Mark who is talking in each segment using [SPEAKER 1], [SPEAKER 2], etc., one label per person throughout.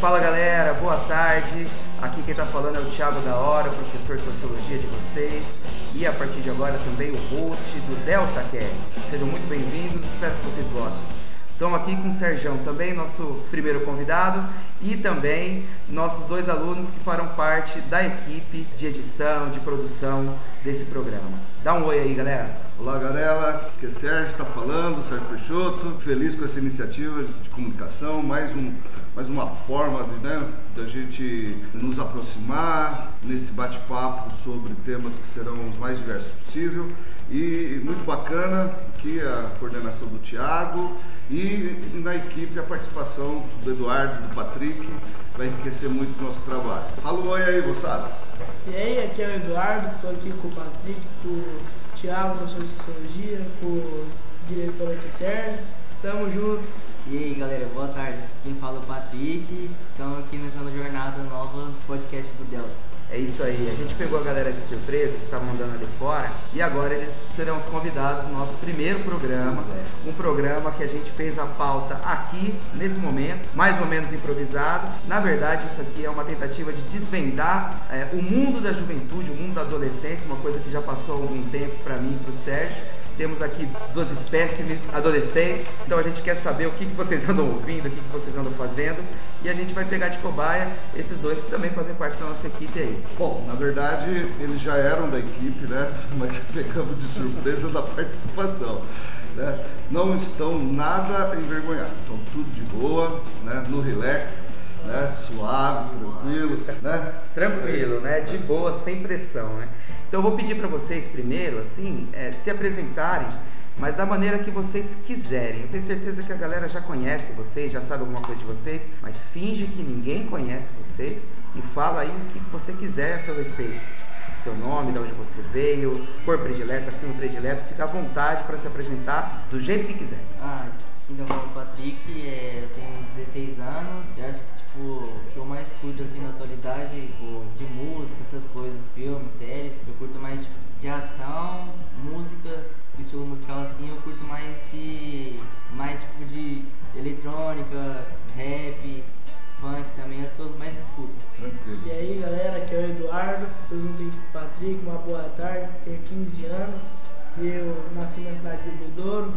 [SPEAKER 1] Fala galera, boa tarde. Aqui quem tá falando é o Thiago da Hora, professor de sociologia de vocês e a partir de agora também o host do Delta Cast. Sejam muito bem-vindos, espero que vocês gostem. Estamos aqui com o Serjão, também nosso primeiro convidado, e também nossos dois alunos que farão parte da equipe de edição, de produção desse programa. Dá um oi aí, galera.
[SPEAKER 2] Olá, galera. Aqui é Sérgio, está falando, Sérgio Peixoto. Feliz com essa iniciativa de comunicação, mais, um, mais uma forma de, né, da gente nos aproximar nesse bate-papo sobre temas que serão os mais diversos possível. E muito bacana aqui a coordenação do Tiago e na equipe a participação do Eduardo, do Patrick, vai enriquecer muito o nosso trabalho. Fala um oi aí, moçada.
[SPEAKER 3] E aí, aqui é o Eduardo, estou aqui com o Patrick, com o Thiago, professor de Sociologia, com o diretor aqui, Sérgio. Tamo junto.
[SPEAKER 4] E aí galera, boa tarde. Quem fala é o Patrick. Estamos aqui nessa jornada nova do podcast do Delta.
[SPEAKER 1] É isso aí, a gente pegou a galera de surpresa, que estavam andando ali fora, e agora eles serão os convidados do nosso primeiro programa, um programa que a gente fez a pauta aqui, nesse momento, mais ou menos improvisado. Na verdade, isso aqui é uma tentativa de desvendar eh, o mundo da juventude, o mundo da adolescência, uma coisa que já passou há algum tempo para mim e para o Sérgio. Temos aqui duas espécimes adolescentes, então a gente quer saber o que, que vocês andam ouvindo, o que, que vocês andam fazendo, e a gente vai pegar de cobaia esses dois que também fazem parte da nossa equipe aí.
[SPEAKER 2] Bom, na verdade eles já eram da equipe, né? Mas pegamos de surpresa da participação. Né? Não estão nada envergonhados, estão tudo de boa, né? no relax, né? suave, tranquilo, né?
[SPEAKER 1] Tranquilo, né? De boa, sem pressão, né? Então eu vou pedir para vocês primeiro, assim, eh, se apresentarem, mas da maneira que vocês quiserem. Eu tenho certeza que a galera já conhece vocês, já sabe alguma coisa de vocês, mas finge que ninguém conhece vocês e fala aí o que você quiser a seu respeito. Seu nome, de onde você veio, cor predileta, filme predileto, fica à vontade para se apresentar do jeito que quiser.
[SPEAKER 4] Ah, então meu nome é Patrick, é, eu tenho 16 anos. Eu acho que tipo, o que eu mais curto assim na atualidade, tipo, de música, essas coisas, filmes, séries, eu curto mais tipo, de ação, música, estilo musical assim, eu curto mais de mais tipo de eletrônica, rap, funk também, as coisas mais escuto.
[SPEAKER 2] Tranquilo.
[SPEAKER 3] E aí, galera, aqui é o Eduardo, estou junto aqui com o Patrick, uma boa tarde, tenho 15 anos, eu nasci na cidade de Bebedouro,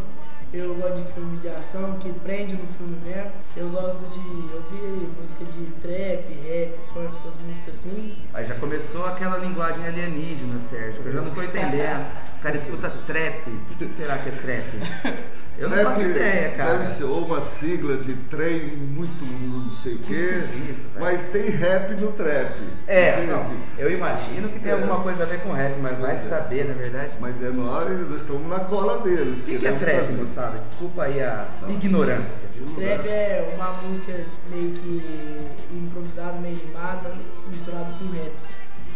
[SPEAKER 3] eu gosto de filme de ação, que prende no filme mesmo, eu gosto de ouvir música de trap, rap, funk, essas músicas assim,
[SPEAKER 1] Aí já começou aquela linguagem alienígena, Sérgio, que eu já não tô entendendo. O cara escuta trap. O que será que é trap? Eu não
[SPEAKER 2] Deve-
[SPEAKER 1] faço ideia, cara.
[SPEAKER 2] Deve ser ou uma sigla de trem muito não sei o quê,
[SPEAKER 1] Esquisito, sabe?
[SPEAKER 2] mas tem rap no trap.
[SPEAKER 1] É,
[SPEAKER 2] entende?
[SPEAKER 1] não, eu imagino que tem
[SPEAKER 2] É.
[SPEAKER 1] alguma coisa a ver com rap, mas vai
[SPEAKER 2] Pois é.
[SPEAKER 1] saber, na verdade.
[SPEAKER 2] Mas é nós, nós estamos na cola deles.
[SPEAKER 1] O que, que é trap,
[SPEAKER 2] queremos saber.
[SPEAKER 1] moçada? Desculpa aí a
[SPEAKER 2] Não.
[SPEAKER 1] ignorância.
[SPEAKER 3] Trap é uma música meio que improvisada, meio rimada, misturada com rap.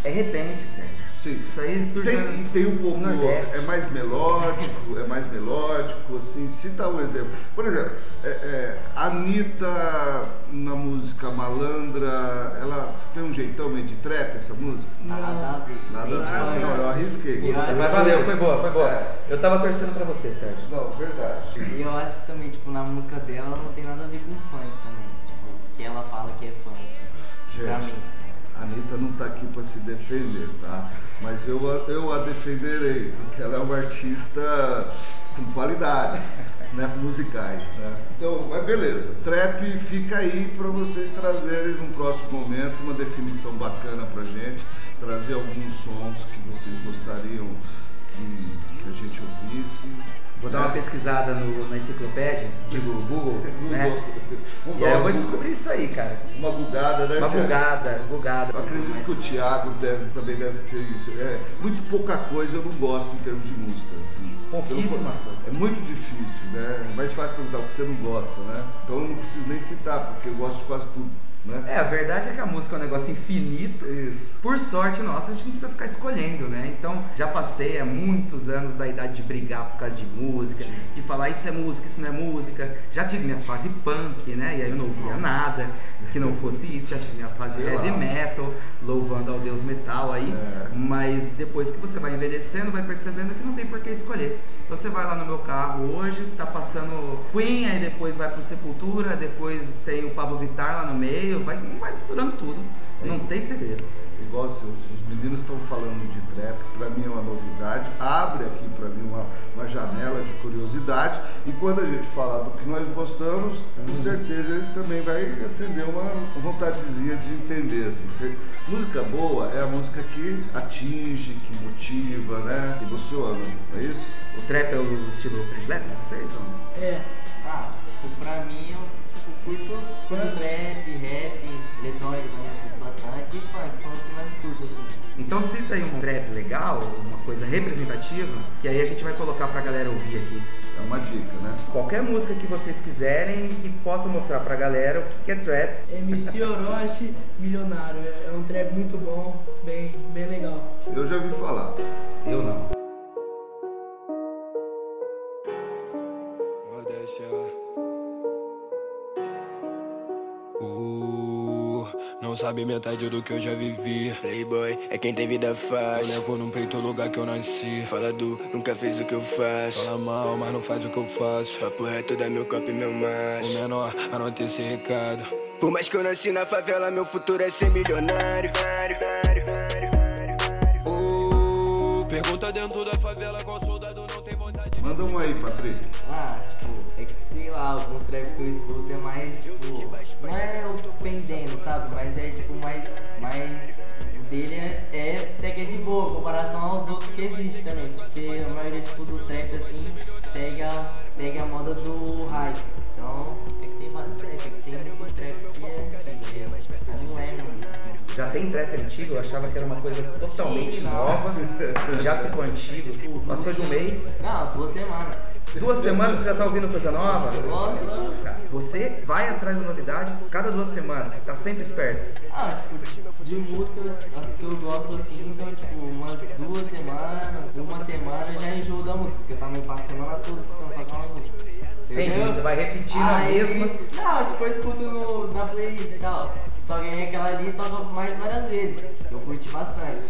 [SPEAKER 1] É repente, Sérgio.
[SPEAKER 2] Sim.
[SPEAKER 1] Isso aí surge
[SPEAKER 2] Tem, e tem um pouco,
[SPEAKER 1] Nordeste.
[SPEAKER 2] é mais melódico, é mais melódico, assim, cita um exemplo. Por exemplo, é, é, a Anitta na música Malandra, ela tem um jeitão meio de trap essa música?
[SPEAKER 4] Nada a ver.
[SPEAKER 2] Nada a
[SPEAKER 4] Ah,
[SPEAKER 2] ver.
[SPEAKER 4] não.
[SPEAKER 2] Não, eu arrisquei.
[SPEAKER 4] Eu
[SPEAKER 1] Mas
[SPEAKER 4] acho que-
[SPEAKER 1] valeu, foi boa, foi boa.
[SPEAKER 2] É.
[SPEAKER 1] Eu tava torcendo pra você, Sérgio.
[SPEAKER 2] Não, verdade.
[SPEAKER 4] E eu acho que também, tipo, na música dela não tem nada a ver com funk também. Tipo, que ela fala que é funk. Pra
[SPEAKER 2] Gente,
[SPEAKER 4] mim.
[SPEAKER 2] a Anitta não tá aqui para se defender, tá? Mas eu, a- eu a defenderei, porque ela é uma artista com qualidades né, musicais, né? Então, mas beleza. Trap fica aí para vocês trazerem num próximo momento uma definição bacana pra gente, trazer alguns sons que vocês gostariam que, que a gente ouvisse.
[SPEAKER 1] Vou dar uma
[SPEAKER 2] né?
[SPEAKER 1] pesquisada no- na enciclopédia, digo Google, né?
[SPEAKER 2] Vamos
[SPEAKER 1] E
[SPEAKER 2] dar
[SPEAKER 1] aí eu
[SPEAKER 2] uma
[SPEAKER 1] vou
[SPEAKER 2] bu-
[SPEAKER 1] descobrir isso aí, cara.
[SPEAKER 2] Uma bugada, né?
[SPEAKER 1] Uma
[SPEAKER 2] Jess?
[SPEAKER 1] bugada, bugada.
[SPEAKER 2] Eu acredito que o Thiago deve, também deve ter isso. É, muito pouca coisa eu não gosto em termos de música. Assim.
[SPEAKER 1] Pouquíssima
[SPEAKER 2] Eu
[SPEAKER 1] coisa.
[SPEAKER 2] não- É muito difícil, né? É mais fácil perguntar o que você não gosta, né? Então eu não preciso nem citar, porque eu gosto de quase tudo, né?
[SPEAKER 1] É, a verdade é que a música é um negócio infinito.
[SPEAKER 2] Isso.
[SPEAKER 1] Por sorte nossa, a gente não precisa ficar escolhendo, né? Então, já passei há muitos anos da idade de brigar por causa de música, de falar isso é música, isso não é música. Já tive minha fase punk, né? E aí eu não ouvia nada. que não fosse isso, já tive minha fase
[SPEAKER 2] Sei lá.
[SPEAKER 1] heavy metal, louvando ao deus metal aí,
[SPEAKER 2] É.
[SPEAKER 1] mas depois que você vai envelhecendo, vai percebendo que não tem por que escolher. Então você vai lá no meu carro hoje, tá passando Queen, aí depois vai pro Sepultura, depois tem o Pablo Vittar lá no meio, vai, vai misturando tudo, não tem segredo.
[SPEAKER 2] Igual assim, os os meninos estão falando de trap, que pra mim é uma novidade, abre aqui pra mim uma, uma janela de curiosidade. E quando a gente falar do que nós gostamos, com certeza eles também vai acender uma vontadezinha de entender. Assim, porque música boa é a música que atinge, que motiva, né? Que emociona, não é isso? Então,
[SPEAKER 1] O trap é o estilo predileto de vocês ou não?
[SPEAKER 3] É,
[SPEAKER 4] Ah, tipo, pra mim eu tipo, curto
[SPEAKER 2] Quantos?
[SPEAKER 4] trap, rap, eletrônico também eu curto bastante e funk, são os que mais curto assim.
[SPEAKER 1] Então cita aí um trap legal, uma coisa representativa, que aí a gente vai colocar pra galera ouvir aqui.
[SPEAKER 2] É uma dica, né?
[SPEAKER 1] Qualquer música que vocês quiserem que possa mostrar pra galera o que é trap.
[SPEAKER 3] MC Orochi Milionário. É é um trap muito bom, bem, bem legal.
[SPEAKER 2] Eu já ouvi falar.
[SPEAKER 1] Eu não.
[SPEAKER 5] Vou deixar. Uh, não sabe metade do que eu já vivi.
[SPEAKER 6] Playboy é quem tem vida
[SPEAKER 5] Eu
[SPEAKER 6] fácil. é
[SPEAKER 5] levo no peito o lugar que eu nasci.
[SPEAKER 6] Fala do nunca fez o que eu faço.
[SPEAKER 5] Fala mal, mas não faz o que eu faço.
[SPEAKER 6] Papo reto dá meu copo e meu
[SPEAKER 5] O
[SPEAKER 6] macho.
[SPEAKER 5] menor, anota esse recado.
[SPEAKER 6] Por mais que eu nasci na favela, meu futuro é ser milionário.
[SPEAKER 5] Uh, pergunta dentro da favela qual soldado não tem vontade.
[SPEAKER 2] Manda um aí, Patrick.
[SPEAKER 4] Ah, tipo, é que sei lá, alguns trap que eu escuto é mais, tipo, não é o que pendendo, sabe? Mas é tipo mais. mais o dele é, é até que é de boa, em comparação aos outros que existem também. Porque a maioria tipo, dos trap assim segue a, segue a moda do hype. Então é que tem vários trap, é que tem muito trap que é antigo, é- eu não lembro muito.
[SPEAKER 1] Já tem trap antigo, eu achava que era uma coisa totalmente
[SPEAKER 4] Sim, não.
[SPEAKER 1] nova, já ficou antigo, passou de um mês.
[SPEAKER 4] tipo, Não, duas semanas.
[SPEAKER 1] Duas semanas você já tá ouvindo coisa nova?
[SPEAKER 4] Logo,
[SPEAKER 1] Você vai atrás da novidade cada duas semanas, tá sempre esperto.
[SPEAKER 4] Ah, tipo, de música, as que eu gosto assim, então, tipo, umas duas semanas, uma semana eu já enjoo da música, porque eu também passo a semana toda escutando só aquela música.
[SPEAKER 1] Entendi, Ah,
[SPEAKER 4] entendeu?
[SPEAKER 1] você vai repetindo a
[SPEAKER 4] Aí-
[SPEAKER 1] mesma.
[SPEAKER 4] Não, tipo, eu escuto no, na playlist e tal. Só que aí aquela ali toca mais várias vezes. Eu curti bastante.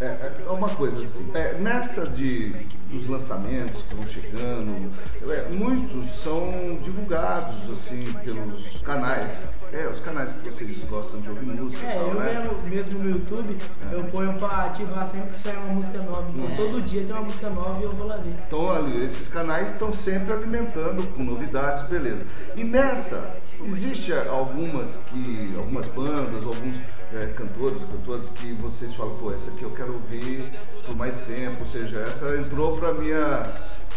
[SPEAKER 2] É, é uma coisa assim, é, nessa de, dos lançamentos que vão chegando, é, muitos são divulgados assim pelos canais. É, os canais que vocês gostam de ouvir música
[SPEAKER 3] É,
[SPEAKER 2] e tal,
[SPEAKER 3] eu
[SPEAKER 2] né?
[SPEAKER 3] mesmo, mesmo no YouTube, eu ponho pra ativar sempre que sai uma música nova.
[SPEAKER 1] É.
[SPEAKER 3] Então todo dia tem uma música nova e eu vou lá ver.
[SPEAKER 2] Então ali, esses canais estão sempre alimentando com novidades, beleza. E nessa, existe algumas que. algumas bandas, alguns é, cantores, cantoras que vocês falam, pô, essa aqui eu quero ouvir por mais tempo, ou seja, essa entrou pra minha,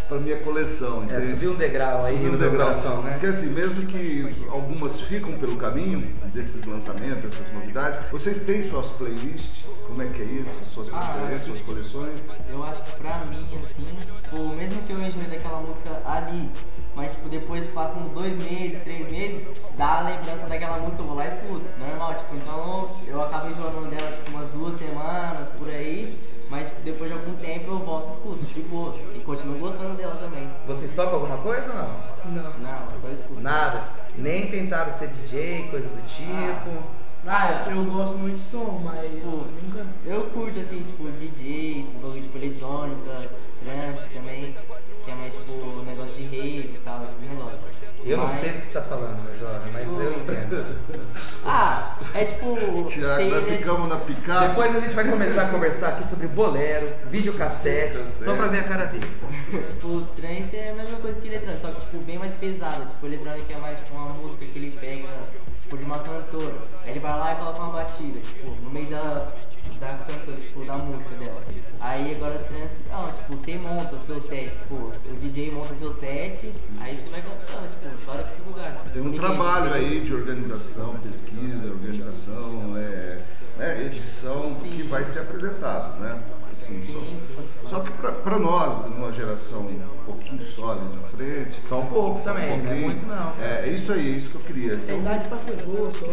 [SPEAKER 2] pra minha coleção,
[SPEAKER 1] É,
[SPEAKER 2] entende?
[SPEAKER 1] subiu um degrau aí
[SPEAKER 2] Subindo
[SPEAKER 1] no meu coração, né?
[SPEAKER 2] Porque assim, mesmo que algumas ficam pelo caminho desses lançamentos, dessas novidades, vocês têm suas playlists? Como é que é isso? Suas
[SPEAKER 4] Ah,
[SPEAKER 2] preferências,
[SPEAKER 4] sim.
[SPEAKER 2] suas coleções?
[SPEAKER 4] Eu acho que pra mim, assim, tipo, mesmo que eu enjoei daquela música ali, mas tipo, depois passa uns dois meses, três meses, dá a lembrança daquela música, eu vou lá e escuto. Normal, tipo, então eu acabo enjoando dela tipo, umas duas semanas, por aí, mas tipo, depois de algum tempo eu volto e escuto, de boa. E continuo gostando dela também.
[SPEAKER 1] Vocês tocam alguma coisa ou não?
[SPEAKER 3] Não.
[SPEAKER 4] Não, eu só escuto.
[SPEAKER 1] Nada. Nem tentaram ser DJ, coisa do tipo.
[SPEAKER 3] Ah, eu gosto muito de som, mas
[SPEAKER 4] Pô.
[SPEAKER 3] nunca.
[SPEAKER 4] Eu curto assim, tipo, DJ, esse bagulho tipo eletrônica, trance também, que é mais tipo negócio de rave e tal, esses negócios.
[SPEAKER 1] Eu não
[SPEAKER 4] Mas-
[SPEAKER 1] sei do que você tá falando, Jorge, mas eu entendo.
[SPEAKER 4] Ah, é tipo.
[SPEAKER 2] Tiago, nós
[SPEAKER 4] tem-
[SPEAKER 2] ficamos na picada.
[SPEAKER 1] Depois a gente vai começar a conversar aqui sobre bolero, videocassete,
[SPEAKER 2] Videocassete.
[SPEAKER 1] só um pra ver a cara deles.
[SPEAKER 4] Tipo, trance é a mesma coisa que eletrônica, só que tipo, bem mais pesada. Tipo, eletrônica é mais tipo, uma música que ele pega tipo, de uma cantora. Aí ele vai lá e coloca uma batida, tipo, no meio da, da cantora, tipo, da música dela. Aí agora trance, não, tipo, você monta o seu set, tipo, o DJ monta o seu set, aí você vai cantando, tipo, fora que lugar.
[SPEAKER 2] Tem um
[SPEAKER 4] Ninguém-
[SPEAKER 2] trabalho aí de organização, pesquisa, organização, é, é, edição do que vai ser apresentado, né? Assim,
[SPEAKER 4] Sim,
[SPEAKER 2] só,
[SPEAKER 4] sim.
[SPEAKER 2] só que para nós, numa geração um pouquinho só ali na frente,
[SPEAKER 1] Só um pouco também, não é
[SPEAKER 2] pouquinho,
[SPEAKER 1] muito não.
[SPEAKER 2] É, é isso aí, é isso que eu queria.
[SPEAKER 3] É idade pra ser boa, só.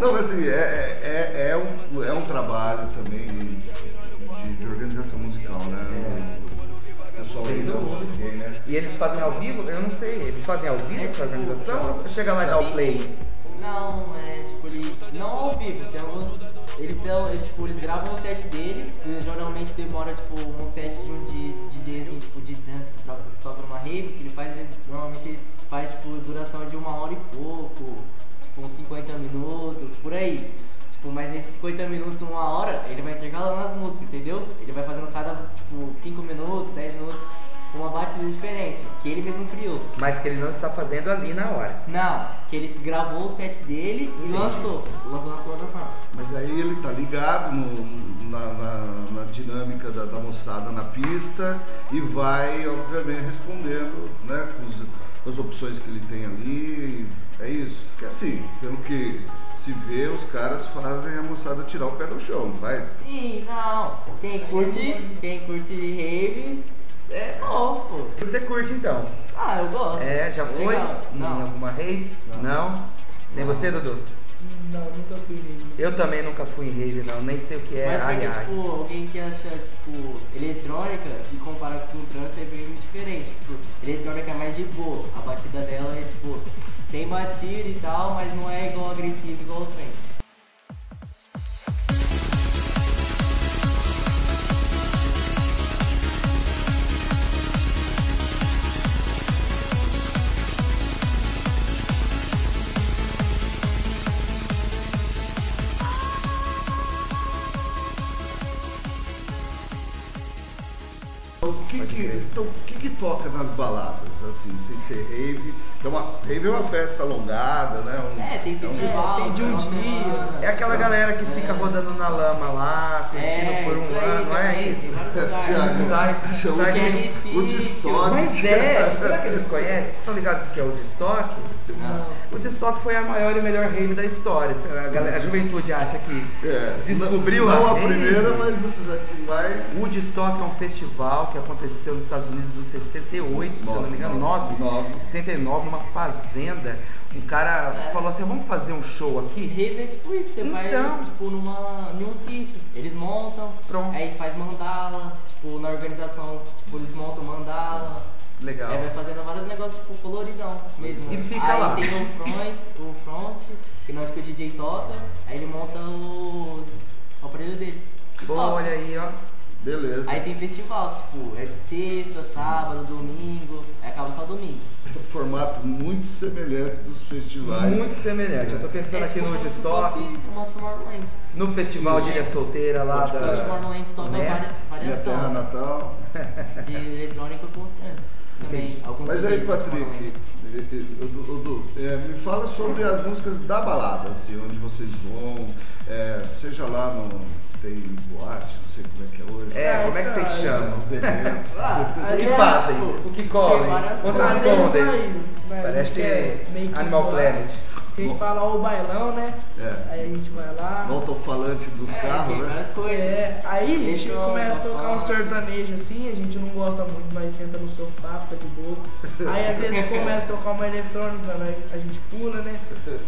[SPEAKER 2] Não, mas assim, é, é, é, é um, é um trabalho também de, de organização musical, né? O pessoal
[SPEAKER 1] Sem
[SPEAKER 2] aí não
[SPEAKER 1] dúvida.
[SPEAKER 2] ninguém, né?
[SPEAKER 1] E eles fazem ao vivo? Eu não sei. Eles fazem ao vivo
[SPEAKER 4] É
[SPEAKER 1] essa
[SPEAKER 4] tipo-
[SPEAKER 1] organização ou chega lá e dá o play?
[SPEAKER 4] Não, é tipo, ele. Não ao vivo, tem alguns. Eles são, eles, tipo, eles gravam o set deles, e geralmente demora tipo um set de um di- DJ assim, tipo, de dance que toca- toca numa rave, que ele faz, ele- normalmente ele faz tipo duração de uma hora e pouco, tipo uns 50 minutos, por aí. Tipo, mas nesses 50 minutos, uma hora, ele vai intercalando as músicas, entendeu? Ele vai fazendo cada, tipo, 5 minutos, 10 minutos, uma batida diferente, que ele mesmo criou.
[SPEAKER 1] Mas que ele não está fazendo ali na hora.
[SPEAKER 4] Não, que ele gravou o set dele e lançou. Lançou nas plataformas.
[SPEAKER 2] Mas aí ele tá ligado no- na, na- na dinâmica da, da moçada na pista e vai, obviamente, respondendo né, com, os- com as opções que ele tem ali. É isso. Porque assim, pelo que se vê, os caras fazem a moçada tirar o pé do chão, não faz?
[SPEAKER 4] Sim, não. Quem curte, quem curte rave é bom, pô.
[SPEAKER 1] Você curte então?
[SPEAKER 4] Ah, eu gosto.
[SPEAKER 1] É, já foi?
[SPEAKER 4] Legal.
[SPEAKER 1] Em
[SPEAKER 4] Não.
[SPEAKER 1] alguma rave? Não. Nem você, Dudu?
[SPEAKER 3] Não, nunca fui nele.
[SPEAKER 1] Eu também nunca fui em rave, não. Nem sei o que é,
[SPEAKER 4] Mas porque,
[SPEAKER 1] aliás.
[SPEAKER 4] tipo, alguém que acha, tipo, eletrônica e compara com trance é bem diferente. Tipo, eletrônica é mais de boa. A batida dela é, tipo, tem batida e tal, mas não é igual agressivo, igual o trance.
[SPEAKER 2] Então, o que que, então, o que que toca nas baladas, assim, sem ser rave? É uma, rave é uma festa alongada, né? Um-
[SPEAKER 4] É, tem
[SPEAKER 2] um-
[SPEAKER 4] festival,
[SPEAKER 3] tem de um
[SPEAKER 4] final semana.
[SPEAKER 1] É aquela galera que fica rodando na lama lá, curtindo
[SPEAKER 4] É,
[SPEAKER 1] por um
[SPEAKER 4] isso aí,
[SPEAKER 1] ano, não é
[SPEAKER 4] também,
[SPEAKER 1] isso?
[SPEAKER 4] tem vários
[SPEAKER 2] Tiago,
[SPEAKER 4] lugares.
[SPEAKER 1] Sai-
[SPEAKER 2] isso é um
[SPEAKER 1] sai-
[SPEAKER 2] dis- um
[SPEAKER 4] Aquele
[SPEAKER 2] destoque.
[SPEAKER 1] Mas é, será que eles conhecem? Vocês estão ligados o que é o destoque?
[SPEAKER 4] Não.
[SPEAKER 1] O destoque foi a maior e melhor rave da história. A, galera, a juventude acha que
[SPEAKER 2] É,
[SPEAKER 1] descobriu
[SPEAKER 2] não,
[SPEAKER 1] a
[SPEAKER 2] a
[SPEAKER 1] rave.
[SPEAKER 2] primeira, mas essa aqui vai.
[SPEAKER 1] Woodstock é um festival que aconteceu nos Estados Unidos em 68, se eu não me engano,
[SPEAKER 2] Nove,
[SPEAKER 1] 9,
[SPEAKER 2] nove.
[SPEAKER 1] 69, uma fazenda. Um cara falou assim, vamos fazer um show aqui?
[SPEAKER 4] Rave é tipo isso, você
[SPEAKER 1] Então.
[SPEAKER 4] vai tipo, numa, num sítio, eles montam,
[SPEAKER 1] Pronto.
[SPEAKER 4] aí faz mandala, tipo, na organização, tipo, eles montam mandala,
[SPEAKER 1] Legal.
[SPEAKER 4] aí vai fazendo vários negócios, tipo, coloridão mesmo.
[SPEAKER 1] E fica
[SPEAKER 4] aí
[SPEAKER 1] lá.
[SPEAKER 4] tem o front, o front, que não acho que o DJ toca, aí ele monta os o aparelho dele. e
[SPEAKER 1] Pô,
[SPEAKER 4] toca.
[SPEAKER 1] olha aí, ó.
[SPEAKER 2] Beleza.
[SPEAKER 4] Aí tem festival, tipo, é de sexta, sábado, domingo, aí acaba só domingo.
[SPEAKER 2] Um formato muito semelhante dos festivais.
[SPEAKER 1] Muito semelhante. Eu tô pensando
[SPEAKER 4] é,
[SPEAKER 1] aqui
[SPEAKER 4] tipo,
[SPEAKER 1] no
[SPEAKER 4] como se
[SPEAKER 1] Woodstock,
[SPEAKER 4] fosse Uma Tomorrowland.
[SPEAKER 1] no Festival de Ilha Solteira lá
[SPEAKER 4] Tipo, a
[SPEAKER 1] da...
[SPEAKER 4] Tomorrowland toca
[SPEAKER 1] Unesp,
[SPEAKER 4] varia-
[SPEAKER 2] Minha
[SPEAKER 4] variação.
[SPEAKER 2] terra natal.
[SPEAKER 4] de eletrônica com trânsito. Também, alguns
[SPEAKER 2] Mas aí,
[SPEAKER 4] amigos
[SPEAKER 2] Patrick,
[SPEAKER 4] normalmente.
[SPEAKER 2] Odu, Odu, é, me fala sobre as músicas da balada, assim, onde vocês vão, é, seja lá no. tem boate, não sei como é que é hoje.
[SPEAKER 1] É, como é que vocês
[SPEAKER 2] Ah,
[SPEAKER 1] chamam?
[SPEAKER 2] Os eventos.
[SPEAKER 1] O que
[SPEAKER 3] Aí é,
[SPEAKER 1] fazem?
[SPEAKER 3] tipo,
[SPEAKER 1] O que comem?
[SPEAKER 4] tem várias
[SPEAKER 1] Onde se
[SPEAKER 4] coisas.
[SPEAKER 1] escondem?
[SPEAKER 3] Mas
[SPEAKER 1] Parece
[SPEAKER 3] isso é meio que
[SPEAKER 1] Animal
[SPEAKER 3] isolado.
[SPEAKER 1] Planet.
[SPEAKER 3] Tem que falar o bailão, né?
[SPEAKER 2] É.
[SPEAKER 3] Aí a gente vai lá.
[SPEAKER 2] No alto-falante dos
[SPEAKER 4] É,
[SPEAKER 2] carros,
[SPEAKER 4] tem
[SPEAKER 2] né?
[SPEAKER 4] várias coisas.
[SPEAKER 3] É, aí a gente
[SPEAKER 4] Deixa eu
[SPEAKER 3] começa a tocar
[SPEAKER 4] falar.
[SPEAKER 3] um sertanejo assim, a gente não gosta muito, mas senta no sofá, fica de boa. Aí às vezes começa a tocar uma eletrônica, né? a gente pula, né?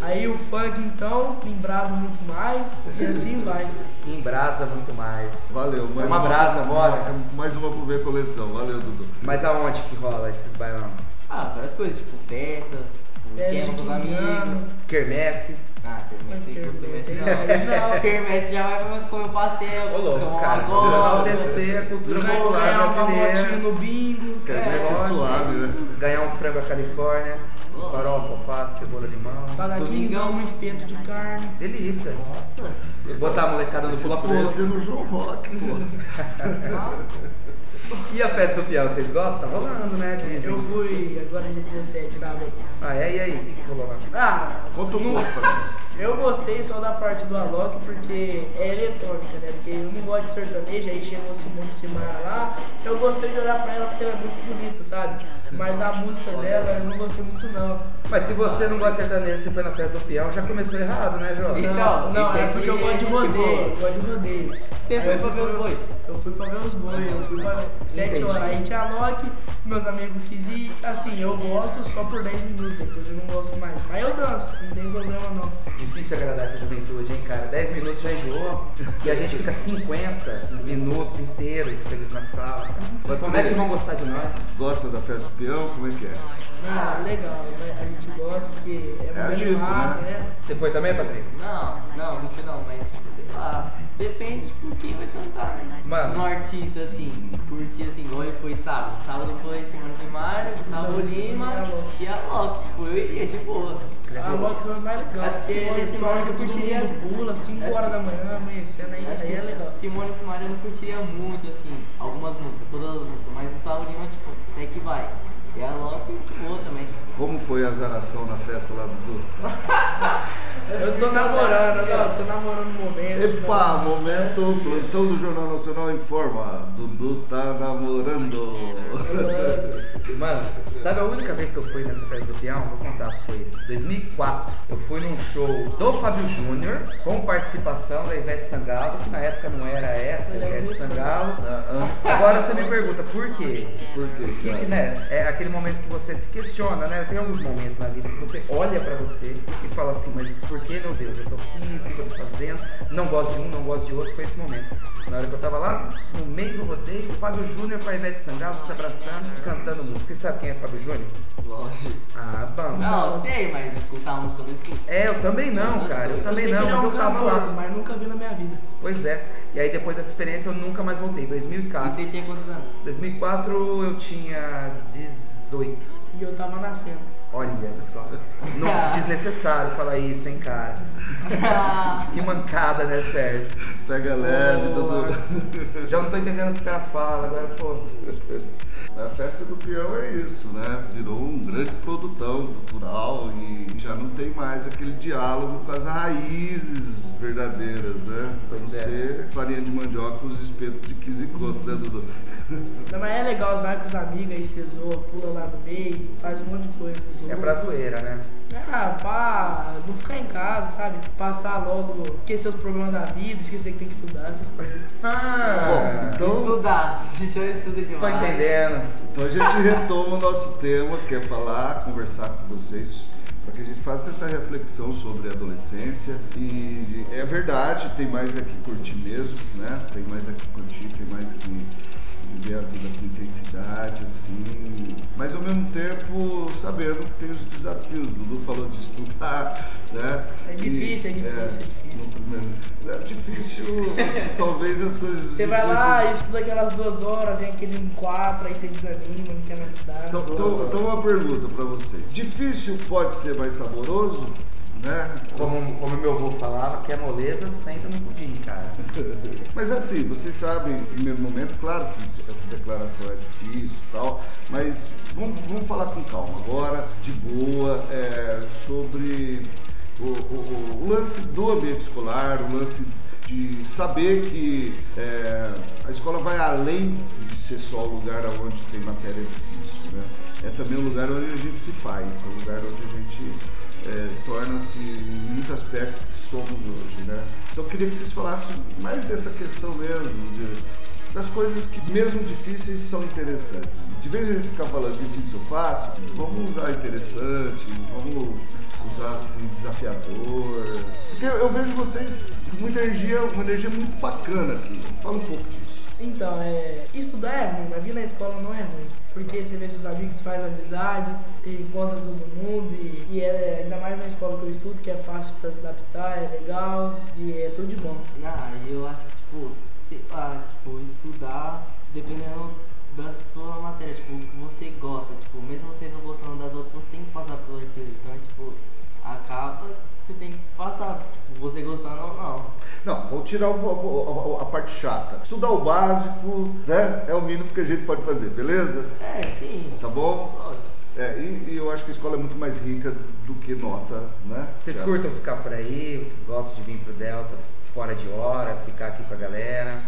[SPEAKER 3] Aí o funk então embrasa muito mais e assim vai.
[SPEAKER 1] Em brasa, muito mais.
[SPEAKER 2] Valeu, mais
[SPEAKER 1] Uma brasa, bora.
[SPEAKER 2] Mais uma pro ver coleção, valeu, Dudu.
[SPEAKER 1] Mas aonde que rola esses bailão?
[SPEAKER 4] Ah, várias coisas, tipo festa, tipo,
[SPEAKER 3] É, de
[SPEAKER 4] esquema com os
[SPEAKER 3] 15
[SPEAKER 4] amigos.
[SPEAKER 3] anos.
[SPEAKER 1] Quermesse.
[SPEAKER 4] Ah,
[SPEAKER 3] Mas
[SPEAKER 4] quermesse aí costuma
[SPEAKER 3] quermesse
[SPEAKER 4] ser
[SPEAKER 3] não.
[SPEAKER 4] não. Quermesse já vai pra comer um pastel,
[SPEAKER 1] Ô
[SPEAKER 4] tomar
[SPEAKER 1] louco,
[SPEAKER 4] uma
[SPEAKER 1] cara.
[SPEAKER 4] gola.
[SPEAKER 1] Enaltecer a cultura
[SPEAKER 3] Vai ganhar
[SPEAKER 1] popular
[SPEAKER 3] uma motinha
[SPEAKER 1] brasileira.
[SPEAKER 3] no bingo. é,
[SPEAKER 2] Vai ser
[SPEAKER 1] É, lógico.
[SPEAKER 2] suave, né?
[SPEAKER 1] Ganhar um frango à Califórnia.
[SPEAKER 4] Lógico.
[SPEAKER 1] Farofa, alface, cebola, limão.
[SPEAKER 3] Pagar quinzão, um espeto de carne.
[SPEAKER 1] Delícia.
[SPEAKER 4] Nossa,
[SPEAKER 1] Botar a molecada no pula-pula.
[SPEAKER 2] Esse é no João Rock, pô.
[SPEAKER 1] E a festa do Piau, vocês gostam? Tá rolando, né? Dizem.
[SPEAKER 3] Eu fui agora é dia 17, sábado.
[SPEAKER 1] Ah, e aí, e aí? O que que rolou lá?
[SPEAKER 3] Ah,
[SPEAKER 2] Conta um pouco pra nós.
[SPEAKER 3] Eu gostei só da parte do Alok porque é eletrônica, né? Porque eu não gosto de sertanejo, aí chegou Simone Simara lá. Eu gostei de olhar pra ela porque ela é muito bonita, sabe? Mas da música dela eu não gostei muito não.
[SPEAKER 1] Mas se você não gosta de sertanejo, você foi na festa do Piau, já começou errado, né, Jô?
[SPEAKER 4] Então,
[SPEAKER 3] não, não,
[SPEAKER 4] isso
[SPEAKER 3] é
[SPEAKER 4] aqui
[SPEAKER 3] porque eu gosto de
[SPEAKER 4] é gente
[SPEAKER 3] rodeio.
[SPEAKER 4] boa.
[SPEAKER 3] Eu gosto de rodeio.
[SPEAKER 4] Você
[SPEAKER 3] Aí
[SPEAKER 4] foi
[SPEAKER 3] eu fui
[SPEAKER 4] pra ver os boi?
[SPEAKER 3] Eu fui pra ver os boi, eu fui pra 7
[SPEAKER 1] Entendi.
[SPEAKER 3] horas. Aí tinha Alok, meus amigos quis ir. Assim, eu gosto só por 10 minutos, depois eu não gosto mais. Mas eu danço, não tem problema não.
[SPEAKER 1] Difícil agradar essa juventude, hein, cara? 10 minutos já enjoa e a gente fica 50 minutos inteiros com eles na sala. cara.
[SPEAKER 2] Mas
[SPEAKER 1] Como é que vão gostar de nós?
[SPEAKER 2] Gosta da festa do peão? Como é que é?
[SPEAKER 3] Ah, legal, né? A gente gosta porque é,
[SPEAKER 2] É
[SPEAKER 3] muito
[SPEAKER 2] agito,
[SPEAKER 3] animado,
[SPEAKER 2] né?
[SPEAKER 3] né?
[SPEAKER 1] Você foi também, Patrick?
[SPEAKER 4] Não, não, não fui não, mas tipo, sei lá, depende de quem vai cantar, né?
[SPEAKER 1] Mano.
[SPEAKER 4] Um artista assim, curtir assim, igual ele foi sábado. Sábado foi Simone de Mário, Gustavo Lima e a Lopes. Tipo, eu iria de boa.
[SPEAKER 1] É
[SPEAKER 3] A Loki foi mais legal.
[SPEAKER 4] Acho que
[SPEAKER 3] Simone
[SPEAKER 4] esse
[SPEAKER 3] Simone,
[SPEAKER 4] Marco
[SPEAKER 3] todo
[SPEAKER 4] curtiria.
[SPEAKER 3] mundo pula, 5
[SPEAKER 4] Acho
[SPEAKER 3] horas
[SPEAKER 4] que-
[SPEAKER 3] da manhã, amanhecendo aí,
[SPEAKER 4] Acho
[SPEAKER 3] aí
[SPEAKER 4] que
[SPEAKER 3] é legal.
[SPEAKER 4] Simone e Simaria eu não curtiria muito, assim, algumas músicas, todas as músicas, mas Gustavo Lima, tipo, até que vai. E a Lopes, de boa também.
[SPEAKER 2] Como foi a zaração na festa lá do Dudu?
[SPEAKER 3] Eu tô namorando, não, tô namorando no momento.
[SPEAKER 2] Epa, momento, o plantão do Jornal Nacional informa. Dudu tá namorando.
[SPEAKER 1] Mano, sabe a única vez que eu fui nessa festa do peão? Vou contar pra vocês. 2004, eu fui num show do Fábio Júnior, com participação da Ivete Sangalo, que na época não era essa, Ivete Sangalo.
[SPEAKER 2] Ah, ah,
[SPEAKER 1] Agora você me pergunta, por quê?
[SPEAKER 2] Por que,
[SPEAKER 1] Que,
[SPEAKER 2] cara?
[SPEAKER 1] né, é aquele momento que você se questiona, né? Tem alguns momentos na vida que você olha pra você e fala assim, mas por que, meu Deus, eu tô aqui, o que eu tô fazendo? Não gosto de um, não gosto de outro, foi esse momento. Na hora que eu tava lá, no meio do rodeio, o Fábio Júnior com a Ivete Sangalo se abraçando e cantando música. Você sabe quem é Fábio Júnior?
[SPEAKER 4] Lógico.
[SPEAKER 1] Ah, bom.
[SPEAKER 4] Não, sei, mas escutar a música eu não escuto.
[SPEAKER 1] É, eu também não, cara, eu também
[SPEAKER 3] sei que
[SPEAKER 1] não,
[SPEAKER 3] ele é
[SPEAKER 1] mas
[SPEAKER 3] um
[SPEAKER 1] eu tava
[SPEAKER 3] cantor,
[SPEAKER 1] lá.
[SPEAKER 3] Mas nunca vi na minha vida.
[SPEAKER 1] Pois é. E aí depois dessa experiência eu nunca mais voltei.
[SPEAKER 4] E
[SPEAKER 1] 2004.
[SPEAKER 4] você tinha quantos anos?
[SPEAKER 1] 2004 eu tinha 18.
[SPEAKER 3] E eu tava nascendo.
[SPEAKER 1] Olha só. Não, desnecessário falar isso, hein, cara.
[SPEAKER 4] Ah,
[SPEAKER 1] Que mancada, né, Sérgio?
[SPEAKER 2] Pega leve, tá Dudu.
[SPEAKER 1] Pô, Já não tô entendendo o que o cara fala, agora, pô.
[SPEAKER 2] A festa do peão é isso, né? Virou um grande produtão cultural e já não tem mais aquele diálogo com as raízes verdadeiras, né? Pra não
[SPEAKER 1] Pois é.
[SPEAKER 2] ser farinha de mandioca com os espetos de 15 conto, né, Dudu?
[SPEAKER 3] Não, mas é legal, você vai com os amigos aí, você zoa, pula lá no meio, faz um monte de coisa. Zoa.
[SPEAKER 1] É pra zoeira, né?
[SPEAKER 3] Ah, pá, não ficar em casa, sabe? Passar logo, esquecer os problemas da vida, esquecer que tem que estudar, essas coisas.
[SPEAKER 1] Ah,
[SPEAKER 2] Bom,
[SPEAKER 4] Estudar. Deixa eu estudar
[SPEAKER 1] tô
[SPEAKER 4] demais.
[SPEAKER 1] entendendo.
[SPEAKER 2] Então a gente retoma o nosso tema, que é falar, conversar com vocês, para que a gente faça essa reflexão sobre a adolescência. E é verdade, tem mais aqui curtir mesmo, né? Tem mais aqui curtir, tem mais aqui viver a vida com intensidade, assim. Mas ao mesmo tempo sabendo que tem os desafios. O Dudu falou de estudar, né?
[SPEAKER 3] É difícil, é
[SPEAKER 2] E,
[SPEAKER 3] difícil, é difícil.
[SPEAKER 2] no primeiro- É difícil, talvez as coisas.
[SPEAKER 3] Você vai lá,
[SPEAKER 2] difíceis-
[SPEAKER 3] estuda aquelas duas horas, vem aquele em quatro, aí você desanima, não quer mais estudar.
[SPEAKER 2] Então, então- então uma pergunta pra você. Difícil pode ser mais saboroso, né?
[SPEAKER 1] Como, como meu avô falava, que a moleza senta no pudim, cara.
[SPEAKER 2] Mas assim, vocês sabem, no primeiro momento, claro que essa declaração é difícil e tal, mas vamos, vamos falar com calma agora, de boa, é, sobre o, o- o- o lance do ambiente escolar, o lance de saber que é, a escola vai além de ser só o lugar onde tem matéria difícil, né? É também um lugar onde a gente se faz, é um lugar onde a gente é, torna-se em muitos aspectos que somos hoje, né? Então eu queria que vocês falassem mais dessa questão mesmo, de- das coisas que mesmo difíceis são interessantes. De vez em quando ficar falando difícil eu faço, vamos usar interessante, vamos usar assim, desafiador. Porque eu, eu vejo vocês com uma energia, uma energia muito bacana aqui. Fala um pouco disso.
[SPEAKER 3] Então, é, estudar é ruim, mas vir na escola não é ruim. Porque você vê seus amigos, você faz amizade, e encontra todo mundo, e, e é, ainda mais na escola que eu estudo, que é fácil de se adaptar, é legal, e é tudo de bom.
[SPEAKER 4] Não, eu acho que, tipo, sei lá, tipo, estudar, dependendo da sua matéria, tipo, o que você gosta, tipo, mesmo você não gostando das outras, você tem que passar por aquilo. Então, é, tipo, acaba, você tem que passar, tipo, você gostando ou não.
[SPEAKER 2] Não, vou tirar o- o- o- a parte chata. Estudar o básico, né? É o mínimo que a gente pode fazer, beleza?
[SPEAKER 4] É, sim.
[SPEAKER 2] Tá bom?
[SPEAKER 4] Lógico.
[SPEAKER 2] É, e, e eu acho que a escola é muito mais rica do que nota, né?
[SPEAKER 1] Vocês
[SPEAKER 2] Cara?
[SPEAKER 1] curtam ficar por aí, vocês gostam de vir pro Delta fora de hora, ficar aqui com a galera.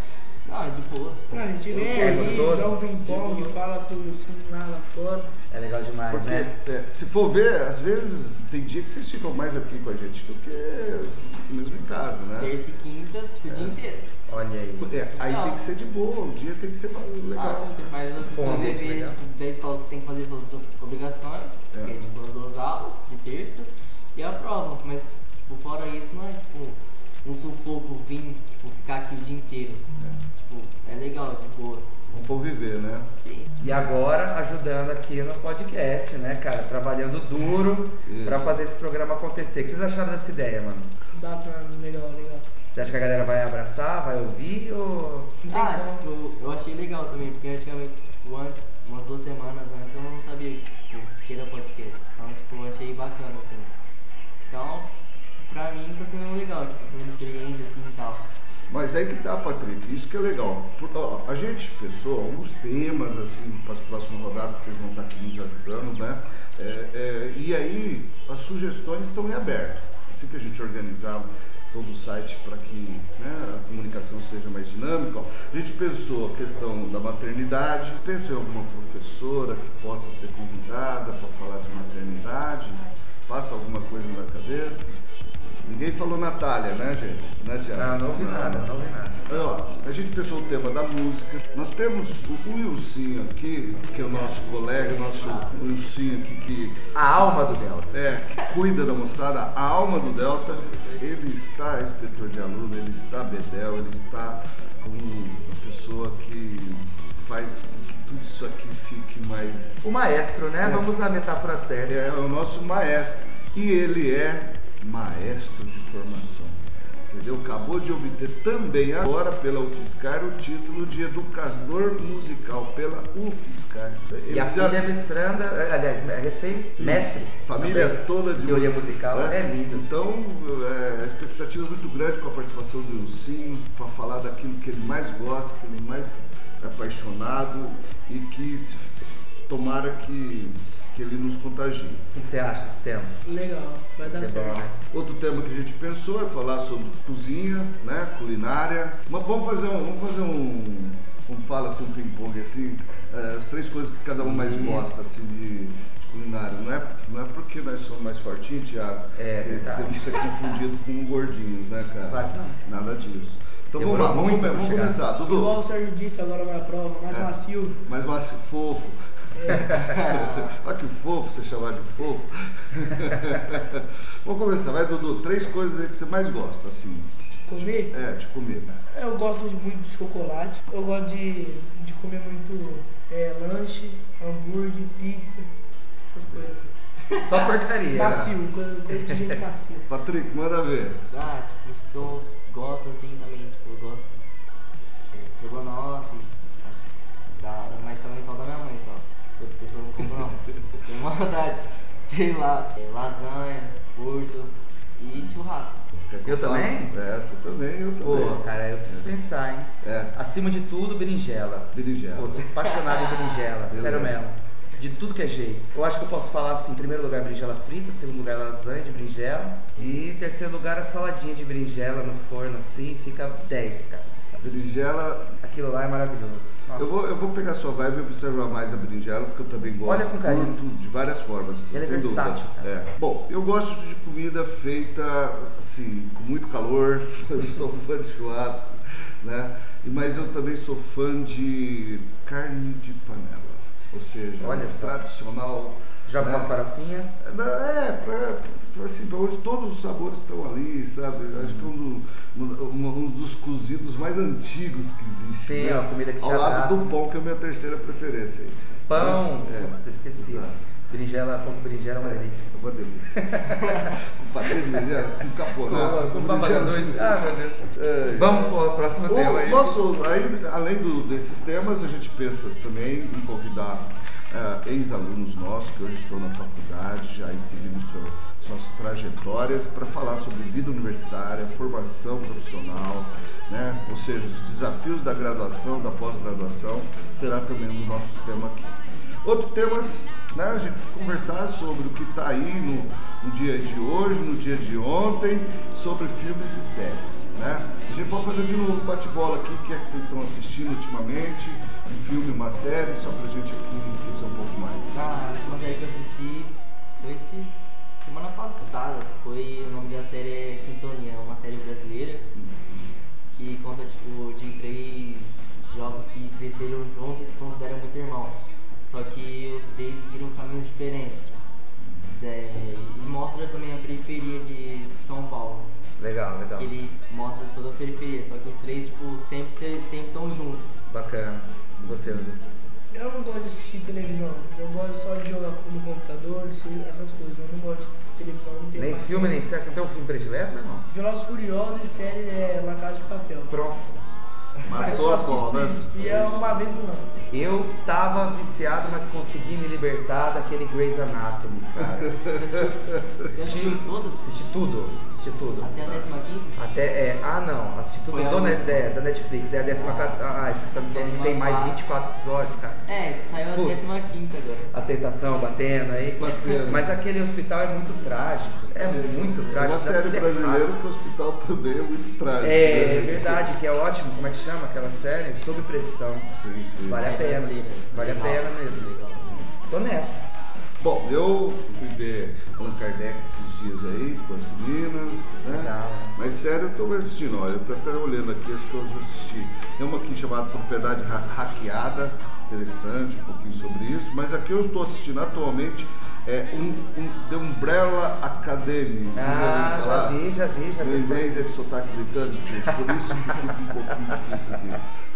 [SPEAKER 4] Não, é de boa.
[SPEAKER 3] Não, a gente vem
[SPEAKER 1] É
[SPEAKER 3] aqui,
[SPEAKER 1] gostoso?
[SPEAKER 3] joga um ping-pong, fala com o senhor lá lá fora.
[SPEAKER 1] É legal demais,
[SPEAKER 2] Porque
[SPEAKER 1] né?
[SPEAKER 2] é, se for ver, às vezes tem dia que vocês ficam mais aqui com a gente do que mesmo em casa, né?
[SPEAKER 4] Terça e quinta, o dia inteiro.
[SPEAKER 1] Olha aí.
[SPEAKER 2] É, aí tem que ser de boa, o dia tem que ser mais
[SPEAKER 4] Ah,
[SPEAKER 2] legal.
[SPEAKER 4] tipo, você faz o
[SPEAKER 1] Bom,
[SPEAKER 4] seu
[SPEAKER 1] muito
[SPEAKER 4] dever
[SPEAKER 1] legal.
[SPEAKER 4] tipo, da escola que você tem que fazer suas obrigações,
[SPEAKER 2] É.
[SPEAKER 4] que é tipo as duas aulas de terça, e a prova. Mas, Tipo, fora isso, não é tipo um sufoco vir, tipo, ficar aqui o dia inteiro. Tipo, é legal, Assim, tipo,
[SPEAKER 2] né? Vamos conviver, né?
[SPEAKER 4] sim.
[SPEAKER 1] E agora ajudando aqui no podcast, né, cara? Trabalhando duro
[SPEAKER 2] Isso.
[SPEAKER 1] pra fazer esse programa acontecer. O que vocês acharam dessa ideia, mano?
[SPEAKER 3] Bacana, legal, legal.
[SPEAKER 1] Você acha que a galera vai abraçar, vai ouvir ou.
[SPEAKER 3] Não tem
[SPEAKER 4] Ah,
[SPEAKER 3] como.
[SPEAKER 4] tipo, eu achei legal também, porque antigamente, tipo, antes, umas duas semanas antes, eu não sabia tipo, que era podcast. Então, tipo, eu achei bacana, assim. Então, pra mim tá sendo legal, tipo, primeira experiência, assim, e tal.
[SPEAKER 2] Mas aí que tá, Patrick, isso que é legal. Por- ó, a gente pensou alguns temas, assim, para as próximas rodadas que vocês vão estar aqui nos ajudando, né? É, é, e aí as sugestões estão em aberto. Assim que a gente organizar todo o site para que né, a comunicação seja mais dinâmica, ó, a gente pensou a questão da maternidade, pensou em alguma professora que possa ser convidada para falar de maternidade, passa alguma coisa na cabeça. Ninguém falou Natália, né, gente? Não adianta.
[SPEAKER 1] Ah, Não, não ouvi nada, não ouvi nada.
[SPEAKER 2] Aí, ó, a gente pensou o tema da música. Nós temos o Wilson aqui, que é o nosso colega, nosso Wilson aqui que
[SPEAKER 1] A alma do Delta.
[SPEAKER 2] é, cuida da moçada, a alma do Delta. Ele está inspetor de aluno, ele está bedel, ele está como uma pessoa que faz com que tudo isso aqui fique mais
[SPEAKER 1] O maestro, né? Vamos usar a metáfora
[SPEAKER 2] ele
[SPEAKER 1] séria.
[SPEAKER 2] é o nosso maestro. E ele é maestro de formação. Entendeu? Acabou de obter também agora pela UFSCar o título de educador musical pela UFSCar.
[SPEAKER 1] E a
[SPEAKER 2] Esse
[SPEAKER 1] filha é mestranda, eh, aliás, é recém-mestre. Tá
[SPEAKER 2] Família toda de
[SPEAKER 1] Teoria
[SPEAKER 2] música,
[SPEAKER 1] musical,
[SPEAKER 2] né?
[SPEAKER 1] é linda.
[SPEAKER 2] Então, é, a expectativa é muito grande com a participação do Ilcinho, para falar daquilo que ele mais gosta, que ele mais é apaixonado e que se- tomara que, que ele nos contagie.
[SPEAKER 1] O que que você acha desse tema?
[SPEAKER 3] Legal, vai dar
[SPEAKER 1] Vai ser bom,
[SPEAKER 3] Tá certo.
[SPEAKER 1] né?
[SPEAKER 2] Outro tema que a gente pensou é falar sobre cozinha, né? Culinária. Mas vamos fazer um. Vamos fazer um. Como fala assim, um ping-pong assim. eh, as três coisas que cada um mais gosta assim de, de culinária. Não é, não é porque nós somos mais fortinhos, Thiago.
[SPEAKER 1] É,
[SPEAKER 2] que
[SPEAKER 1] verdade.
[SPEAKER 2] Temos que ser confundido com gordinhos, né, cara?
[SPEAKER 1] Claro que não.
[SPEAKER 2] Nada disso. Então vamos
[SPEAKER 1] Demorou
[SPEAKER 2] lá, vamos,
[SPEAKER 1] muito
[SPEAKER 2] come-
[SPEAKER 1] pra
[SPEAKER 2] vamos
[SPEAKER 1] chegar.
[SPEAKER 2] começar.
[SPEAKER 3] Igual
[SPEAKER 2] Dudu,
[SPEAKER 3] o Sérgio disse agora na prova, mais
[SPEAKER 2] É.
[SPEAKER 3] macio.
[SPEAKER 2] mais um assim, fofo.
[SPEAKER 1] É.
[SPEAKER 2] Olha que fofo você chamar de fofo. vamos começar, vai, Dudu. Três coisas aí que você mais gosta, assim.
[SPEAKER 3] Comer?
[SPEAKER 2] É, de comer.
[SPEAKER 3] Eu gosto de- muito de chocolate. Eu gosto de, de comer muito é, lanche, hambúrguer, pizza, essas coisas.
[SPEAKER 1] Só porcaria.
[SPEAKER 3] Macio, coisa, coisa de gente macia.
[SPEAKER 2] Patrick, manda ver.
[SPEAKER 4] Ah, tipo, isso que eu gosto, assim, também, tipo, eu gosto é, de estrogonofe, acho da hora, mas também só da minha mãe, só. Outra pessoa não compra, não. Tem maldade. Sei lá, é, lasanha, curto e churrasco.
[SPEAKER 2] Quer que
[SPEAKER 1] Eu
[SPEAKER 2] fale?
[SPEAKER 1] também?
[SPEAKER 2] É, você também, eu também.
[SPEAKER 1] Pô, cara, eu preciso pensar, hein?
[SPEAKER 2] É,
[SPEAKER 1] Acima de tudo, berinjela.
[SPEAKER 2] berinjela.
[SPEAKER 1] Pô, sou apaixonado em berinjela,
[SPEAKER 2] Beleza.
[SPEAKER 1] sério mesmo. De tudo que é jeito. Eu acho que eu posso falar assim, em primeiro lugar berinjela frita, em segundo lugar lasanha de berinjela. E em terceiro lugar a saladinha de berinjela no forno assim, fica 10, cara.
[SPEAKER 2] Berinjela.
[SPEAKER 1] Aquilo lá é maravilhoso. Nossa.
[SPEAKER 2] Eu vou, eu vou pegar sua vibe e observar mais a berinjela, porque eu também gosto.
[SPEAKER 1] Olha com carinho.
[SPEAKER 2] Curto de várias formas.
[SPEAKER 1] Ela é
[SPEAKER 2] sem
[SPEAKER 1] versátil,
[SPEAKER 2] dúvida.
[SPEAKER 1] cara.
[SPEAKER 2] É. Bom, eu gosto de comida feita, assim, com muito calor. Eu sou fã de churrasco, né? E- Mas eu também sou fã de carne de panela. Ou seja,
[SPEAKER 1] Olha só.
[SPEAKER 2] tradicional.
[SPEAKER 1] Joga
[SPEAKER 2] né?
[SPEAKER 1] uma farofinha.
[SPEAKER 2] Não, É, pra, pra, assim, pra hoje todos os sabores estão ali, sabe? Eu Acho que é um, do- um- um dos cozidos mais antigos que existe.
[SPEAKER 1] Sim,
[SPEAKER 2] né?
[SPEAKER 1] ó, comida que te
[SPEAKER 2] Ao lado
[SPEAKER 1] abraça.
[SPEAKER 2] do pão, que é a minha terceira preferência. aí.
[SPEAKER 1] Pão.
[SPEAKER 2] É,
[SPEAKER 1] Puta, esqueci.
[SPEAKER 2] exato.
[SPEAKER 1] Berinjela, pão com berinjela é uma delícia.
[SPEAKER 2] É uma delícia. com patê de berinjela, com caponata,
[SPEAKER 1] Com- com
[SPEAKER 2] berinjela.
[SPEAKER 1] papadoide. Ah, meu Deus. Uh,
[SPEAKER 2] É,
[SPEAKER 1] Vamos pro próximo tema aí.
[SPEAKER 2] O nosso, aí, além do- desses temas, a gente pensa também em convidar eh, ex-alunos nossos que hoje estão na faculdade, já seguindo seu- suas trajetórias, para falar sobre vida universitária, formação profissional, né? ou seja, os desafios da graduação, da pós-graduação, será também um nosso tema aqui. Outro temas, né, a gente conversar sobre o que está aí no, no dia de hoje, no dia de ontem, sobre filmes e séries né? A gente pode fazer de novo um bate-bola aqui, o que é que vocês estão assistindo ultimamente, um filme, uma série, só pra gente aqui enriquecer um pouco mais.
[SPEAKER 4] Ah, a última série que eu assisti foi esse, semana passada. Foi o nome da série é Sintonia, é uma série brasileira que conta tipo de três jovens que cresceram juntos e se consideram muito irmãos. Só que os três seguiram caminhos diferentes. tipo, é, e mostra também a periferia de São Paulo.
[SPEAKER 1] Tá.
[SPEAKER 4] mostra toda a periferia. Só que os três, tipo, sempre te- sempre estão juntos.
[SPEAKER 1] Bacana. E você, Edu?
[SPEAKER 3] Eu não gosto de assistir televisão. Eu gosto só de jogar no computador, esse- essas coisas. Eu não gosto de televisão. Não tenho
[SPEAKER 1] Nem
[SPEAKER 3] paciência.
[SPEAKER 1] filme, nem série. Você não tem um filme predileto, meu irmão?
[SPEAKER 3] Velozes Furiosos e série é La Casa de Papel.
[SPEAKER 1] Pronto.
[SPEAKER 3] Eu
[SPEAKER 2] Matou
[SPEAKER 3] só
[SPEAKER 2] a
[SPEAKER 3] assisto
[SPEAKER 2] pau, né?
[SPEAKER 3] isso, E é uma vez no ano.
[SPEAKER 1] Eu tava viciado, mas consegui me libertar daquele Grey's Anatomy, cara.
[SPEAKER 4] assistiu todas?
[SPEAKER 1] Assisti tudo, assisti tudo.
[SPEAKER 4] Até a décima quinta?
[SPEAKER 1] Até, é, ah não, assisti tudo
[SPEAKER 4] Foi a
[SPEAKER 1] do Net-
[SPEAKER 4] última.
[SPEAKER 1] é, da Netflix, é a décima,
[SPEAKER 4] Ah.
[SPEAKER 1] ca- ah, você tá me falando que tem mais
[SPEAKER 4] Décima
[SPEAKER 1] 24 episódios, cara.
[SPEAKER 4] É, saiu a
[SPEAKER 1] Putz.
[SPEAKER 4] décima quinta agora.
[SPEAKER 1] A tentação batendo aí.
[SPEAKER 2] Batendo.
[SPEAKER 1] Mas aquele hospital é muito trágico, é muito
[SPEAKER 2] É
[SPEAKER 1] trágico.
[SPEAKER 2] uma
[SPEAKER 1] tá
[SPEAKER 2] série
[SPEAKER 1] tudo
[SPEAKER 2] brasileira
[SPEAKER 1] errado.
[SPEAKER 2] que o hospital também é muito trágico.
[SPEAKER 1] É, é
[SPEAKER 2] né?
[SPEAKER 1] verdade, que é ótimo, como é que chama aquela série? Sob pressão.
[SPEAKER 2] Sim, sim.
[SPEAKER 1] Vale a
[SPEAKER 4] É
[SPEAKER 1] pena,
[SPEAKER 4] brasileira.
[SPEAKER 1] vale a
[SPEAKER 4] Legal.
[SPEAKER 1] pena mesmo.
[SPEAKER 4] Legal.
[SPEAKER 1] Tô nessa.
[SPEAKER 2] Bom, eu fui ver Allan Kardec esses dias aí, com as meninas, né?
[SPEAKER 1] Legal.
[SPEAKER 2] Mas sério, eu tô assistindo, olha, eu tô até olhando aqui as que eu assisti. Tem uma aqui chamada Propriedade Ha- Hackeada, interessante, um pouquinho sobre isso, mas aqui eu estou assistindo atualmente é um, um The Umbrella Academy. Você
[SPEAKER 1] Ah,
[SPEAKER 2] ouviu
[SPEAKER 1] já
[SPEAKER 2] falar?
[SPEAKER 1] vi, já vi, já
[SPEAKER 2] Meu
[SPEAKER 1] vi.
[SPEAKER 2] inglês é de sotaque britânico, gente, por isso que fica um pouquinho difícil assim.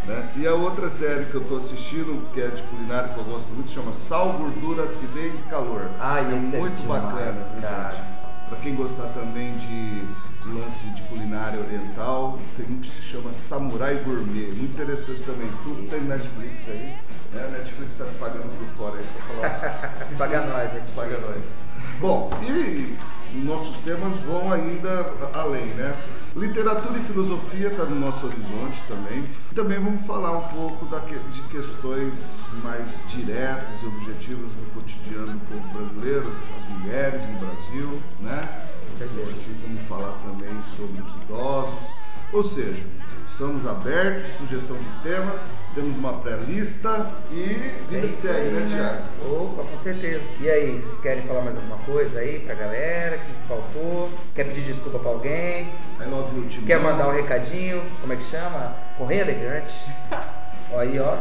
[SPEAKER 2] Né? E a outra série que eu tô assistindo, que é de culinária que eu gosto muito, chama Sal, Gordura, Acidez e Calor.
[SPEAKER 1] Ah, e esse é
[SPEAKER 2] muito
[SPEAKER 1] demais,
[SPEAKER 2] bacana, viu,
[SPEAKER 1] cara.
[SPEAKER 2] gente? Pra quem gostar também de lance de culinária oriental, tem um que se chama Samurai Gourmet, muito interessante também. Tudo tem Netflix aí. Né? A Netflix tá pagando por fora aí pra falar isso.
[SPEAKER 1] Paga nós, né?
[SPEAKER 2] Paga nós. Bom, e nossos temas vão ainda além, né? Literatura e filosofia está no nosso horizonte também. Também vamos falar um pouco daque- de questões mais diretas e objetivas do cotidiano do povo brasileiro, as mulheres no Brasil, né?
[SPEAKER 1] certeza.
[SPEAKER 2] Assim como falar também sobre os idosos. Ou seja, estamos abertos, sugestão de temas, temos uma pré-lista e
[SPEAKER 1] É
[SPEAKER 2] vida que segue, né, Tiago?
[SPEAKER 1] Opa, com certeza. E aí, vocês querem falar mais alguma coisa aí pra galera? O que faltou? Quer pedir desculpa pra alguém?
[SPEAKER 2] I love you, Timão.
[SPEAKER 1] Quer mandar um recadinho? Como é que chama? Correio elegante. Ó aí, ó.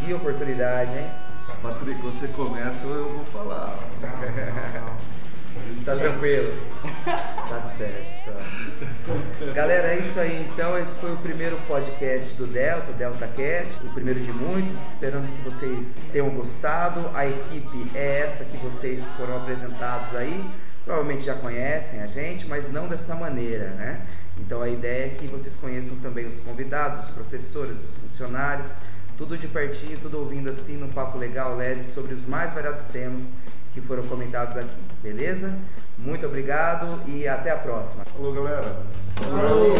[SPEAKER 1] Que oportunidade, hein?
[SPEAKER 2] Patrick, você começa ou eu vou falar.
[SPEAKER 1] Tá tranquilo. Tá certo. tá. Galera, é isso aí. Então, esse foi o primeiro podcast do Delta, o DeltaCast, o primeiro de muitos. Esperamos que vocês tenham gostado. A equipe é essa que vocês foram apresentados aí. Provavelmente já conhecem a gente, mas não dessa maneira, né? Então a ideia é que vocês conheçam também os convidados, os professores, os funcionários, tudo de pertinho, tudo ouvindo assim, num papo legal, leve, sobre os mais variados temas que foram comentados aqui, beleza? Muito obrigado e até a próxima.
[SPEAKER 2] Falou, galera.
[SPEAKER 3] Falou.